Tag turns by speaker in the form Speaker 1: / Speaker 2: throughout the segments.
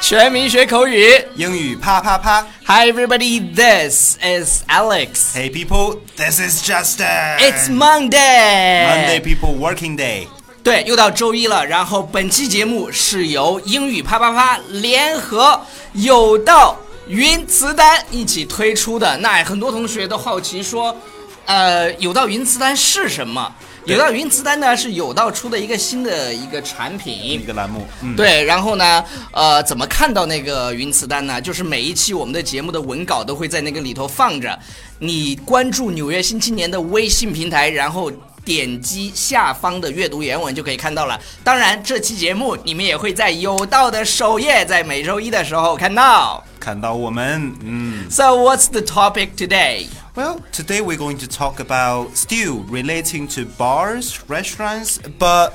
Speaker 1: 学名学口语
Speaker 2: 英语啪啪啪
Speaker 1: ，Hi everybody, this is Alex.
Speaker 2: Hey people, this is Justin.
Speaker 1: It's Monday.
Speaker 2: Monday, people working day.
Speaker 1: 对，又到周一了。然后本期节目是由英语啪啪啪联合有道云词单一起推出的。那很多同学都好奇说，呃，有道云词单是什么？有道云词单呢是有道出的一个新的一个产品
Speaker 2: 一，个栏目，嗯，
Speaker 1: 对，然后呢，呃，怎么看到那个云词单呢？就是每一期我们的节目的文稿都会在那个里头放着，你关注《纽约新青年》的微信平台，然后。点击下方的阅读原文就可以看到了。当然，这期节目你们也会在有道的首页，在每周一的时候看到。
Speaker 2: 看到我们，嗯。
Speaker 1: So what's the topic today?
Speaker 2: Well, today we're going to talk about still relating to bars, restaurants, but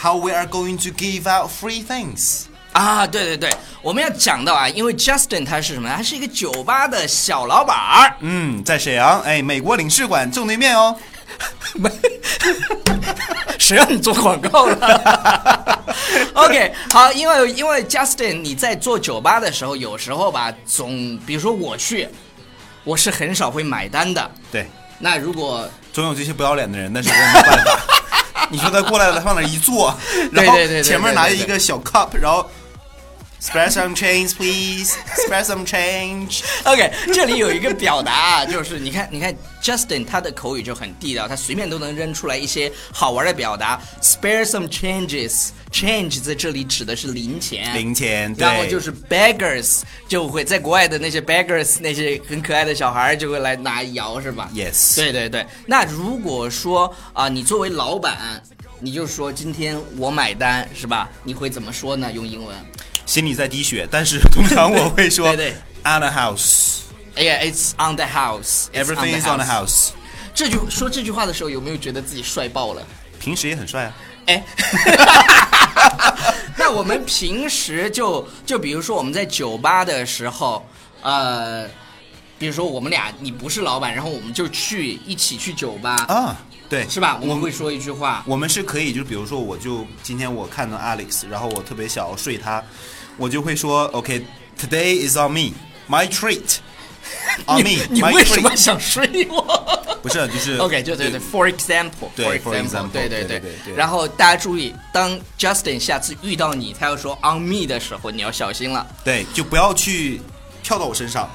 Speaker 2: how we are going to give out free things.
Speaker 1: 啊，对对对，我们要讲到啊，因为 Justin 他是什么呢？他是一个酒吧的小老板儿。
Speaker 2: 嗯，在沈阳，哎，美国领事馆正对面哦。
Speaker 1: 没，谁让你做广告了 ？OK，好，因为因为 Justin，你在做酒吧的时候，有时候吧，总比如说我去，我是很少会买单的。
Speaker 2: 对，
Speaker 1: 那如果
Speaker 2: 总有这些不要脸的人，但是我也没办法。你说他过来了，他往那儿一坐，然后
Speaker 1: 对对对对
Speaker 2: 前面拿着
Speaker 1: 对
Speaker 2: 一
Speaker 1: 对
Speaker 2: 个小 cup，然后 spare some change please, spare some change。
Speaker 1: OK，这里有一个表达啊，就是你看，你看 Justin 他的口语就很地道，他随便都能扔出来一些好玩的表达。Spare some changes，change 在这里指的是零钱，
Speaker 2: 零钱对
Speaker 1: 然后就是 beggars，就会在国外的那些 beggars 那些很可爱的小孩儿就会来拿摇是吧
Speaker 2: Yes
Speaker 1: 对对对。那如果说啊、你作为老板，你就说今天我买单是吧？你会怎么说呢？用英文？
Speaker 2: 心里在滴血，但是 通常我会说
Speaker 1: 对对
Speaker 2: on the house,
Speaker 1: 哎呀，It's on the house. it's
Speaker 2: everything is on the house。
Speaker 1: 这句说这句话的时候，有没有觉得自己帅爆了？
Speaker 2: 平时也很帅啊，
Speaker 1: 哎， 那我们平时就就比如说我们在酒吧的时候，呃，比如说我们俩你不是老板，然后我们就去一起去酒吧，
Speaker 2: 啊，对，
Speaker 1: 是吧？我
Speaker 2: 我
Speaker 1: 们
Speaker 2: 们
Speaker 1: 会说一句话，
Speaker 2: 我们是可以，就比如说，我就今天我看到 Alex，然后我特别想要睡他，我就会说 OK，today、is on me, my treat。On
Speaker 1: 你
Speaker 2: me,
Speaker 1: 你
Speaker 2: my
Speaker 1: 为什么
Speaker 2: treat
Speaker 1: 想睡我？
Speaker 2: 不是，就是
Speaker 1: OK，就对对，For example，
Speaker 2: 对
Speaker 1: for
Speaker 2: for example，
Speaker 1: 对
Speaker 2: 对
Speaker 1: 对
Speaker 2: 对对对
Speaker 1: 然后大家注意，当 Justin 下次遇到你，他要说 on me 的时候，你要小心了。
Speaker 2: 对，就不要去跳到我身上，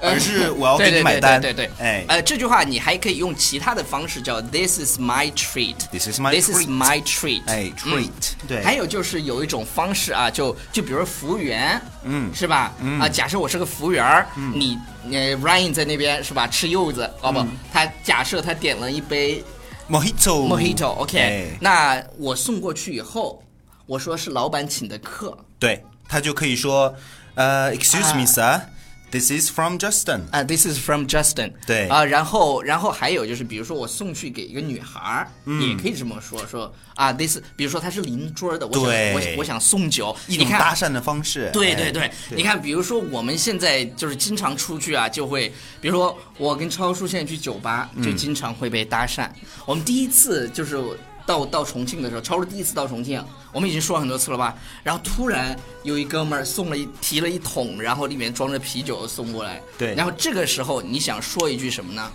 Speaker 1: 呃
Speaker 2: 而是我要给你买单。
Speaker 1: 对对对对对
Speaker 2: 哎，
Speaker 1: 呃，这句话你还可以用其他的方式叫 This is my treat。
Speaker 2: This is my
Speaker 1: This is
Speaker 2: treat
Speaker 1: my treat。嗯
Speaker 2: 哎，treat，对
Speaker 1: 还有就是有一种方式啊，就就比如服务员，嗯，是吧？嗯啊，假设我是个服务员儿，
Speaker 2: 嗯
Speaker 1: 你呃 Ryan 在那边是吧？吃柚子，哦不，他假设他点了一杯
Speaker 2: Mojito
Speaker 1: Mojito，OK，、
Speaker 2: 嗯哎
Speaker 1: 那我送过去以后，我说是老板请的客。
Speaker 2: 对他就可以说，呃、e x c u s e
Speaker 1: 啊
Speaker 2: me sir，this is from Justin。
Speaker 1: 啊、t h i s is from Justin
Speaker 2: 对
Speaker 1: 啊、然后然后还有就是，比如说我送去给一个女孩儿，
Speaker 2: 嗯
Speaker 1: 也可以这么说说啊、t h i s 比如说她是邻桌儿的，我想
Speaker 2: 对
Speaker 1: 我我想送酒，
Speaker 2: 一
Speaker 1: 你
Speaker 2: 种
Speaker 1: 看啊
Speaker 2: 搭讪的方式，
Speaker 1: 对
Speaker 2: 哎
Speaker 1: 对对，你看，比如说我们现在就是经常出去啊，就会，比如说我跟超叔现在去酒吧，
Speaker 2: 嗯
Speaker 1: 就经常会被搭讪。我们第一次就是到到重庆的时候，超叔第一次到重庆，我们已经说了很多次了吧？然后突然有一哥们儿送了一提了一桶，然后里面装着啤酒送过来。
Speaker 2: 对
Speaker 1: 然后这个时候你想说一句什么呢？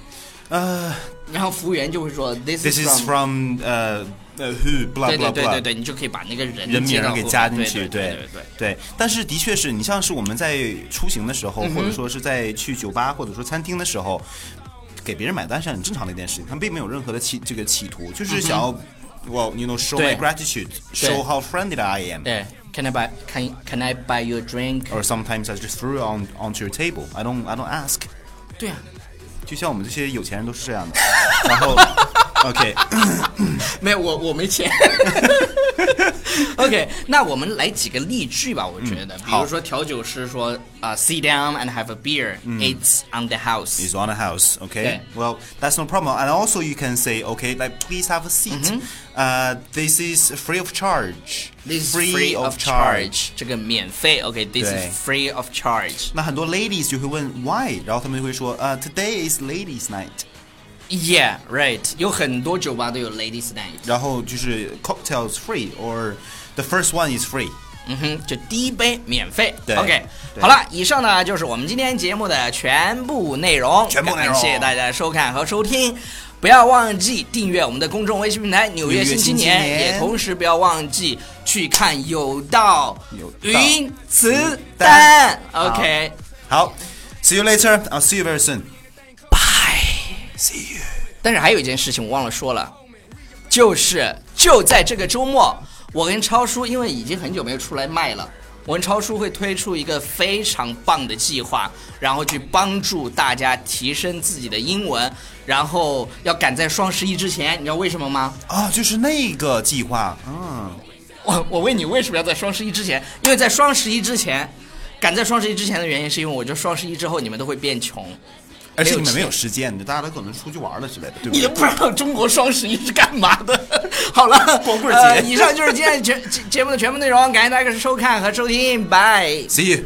Speaker 2: 呃、
Speaker 1: 然后服务员就会说 This
Speaker 2: This is
Speaker 1: from。
Speaker 2: from 呃呃 who blah
Speaker 1: 对
Speaker 2: blah
Speaker 1: 对
Speaker 2: blah，
Speaker 1: 对对对，你就可以把那个人
Speaker 2: 人
Speaker 1: 接
Speaker 2: 名
Speaker 1: 到
Speaker 2: 儿给
Speaker 1: 后
Speaker 2: 加
Speaker 1: 面
Speaker 2: 进
Speaker 1: 对
Speaker 2: 去，
Speaker 1: 对对对。嗯
Speaker 2: 对。但是的确是你像是我们在出行的时候，或者说是在去酒吧或者说餐厅的时候，给别人买单是很正常的一件事情，他们并没有任何的企这个企图，就是想要。Well, you know,
Speaker 1: 嗯
Speaker 2: show
Speaker 1: 对
Speaker 2: my gratitude, show how friendly that I am.
Speaker 1: 对，Can I buy Can Can I buy you a drink？
Speaker 2: Or sometimes I just threw it on onto your table. I don't, I don't ask.
Speaker 1: 对啊，
Speaker 2: 就像我们这些有钱人都是这样的。然后，OK，
Speaker 1: 没有我我没 钱。OK，那我们来几个例句吧，我觉得，比
Speaker 2: 好
Speaker 1: 如说调酒师说啊、s i t down and have a beer,、it's on the house。
Speaker 2: is on a house.
Speaker 1: Yeah.
Speaker 2: Okay. Well, that's no problem. And also, you can say, okay, like please have a seat. Uh, this is free of charge.
Speaker 1: Mm-hmm. This is free of charge，这个免费。OK，this、
Speaker 2: 对
Speaker 1: is free of charge。
Speaker 2: 那很多 ladies 就会问 why，然后他们就会说，呃、t o d a y is ladies night。
Speaker 1: Yeah, right. 有很多酒吧都有 ladies night。
Speaker 2: 然后就是 cocktails free or the first one is free。
Speaker 1: 嗯哼，就第一杯免费。
Speaker 2: 对
Speaker 1: OK，
Speaker 2: 对
Speaker 1: 好了，以上呢就是我们今天节目的全部内容。
Speaker 2: 全部内容
Speaker 1: 感谢大家的收看和收听。不要忘记订阅我们的公众微信平台《纽约
Speaker 2: 纽约
Speaker 1: 新青
Speaker 2: 新青
Speaker 1: 年》，
Speaker 2: 年
Speaker 1: 也同时不要忘记去看有道
Speaker 2: 有道
Speaker 1: 云词丹
Speaker 2: 丹。
Speaker 1: OK，
Speaker 2: 好，see you later. I'll see you very soon.
Speaker 1: 拜。
Speaker 2: See you.
Speaker 1: 但是还有一件事情我忘了说了，就是就在这个周末，我跟超叔因为已经很久没有出来卖了，我跟超叔会推出一个非常棒的计划，然后去帮助大家提升自己的英文，然后要赶在双十一之前，你知道为什么吗？
Speaker 2: 啊，就是那个计划，嗯，
Speaker 1: 我我问你为什么要在双十一之前？因为在双十一之前，赶在双十一之前的原因是因为我觉得双十一之后你们都会变穷，
Speaker 2: 而且你
Speaker 1: 钱
Speaker 2: 们没有时间，大家都可能出去玩了之类的，对不
Speaker 1: 你
Speaker 2: 对
Speaker 1: 都？不知道中国双十一是干嘛的。 好了，
Speaker 2: 光棍节
Speaker 1: 呃以上就是今天节节节目的全部内容，感谢大家收看和收听，拜。
Speaker 2: See you.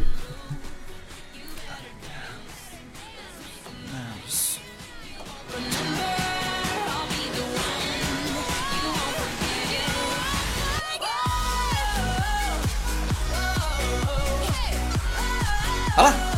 Speaker 3: Hey!
Speaker 1: 好了。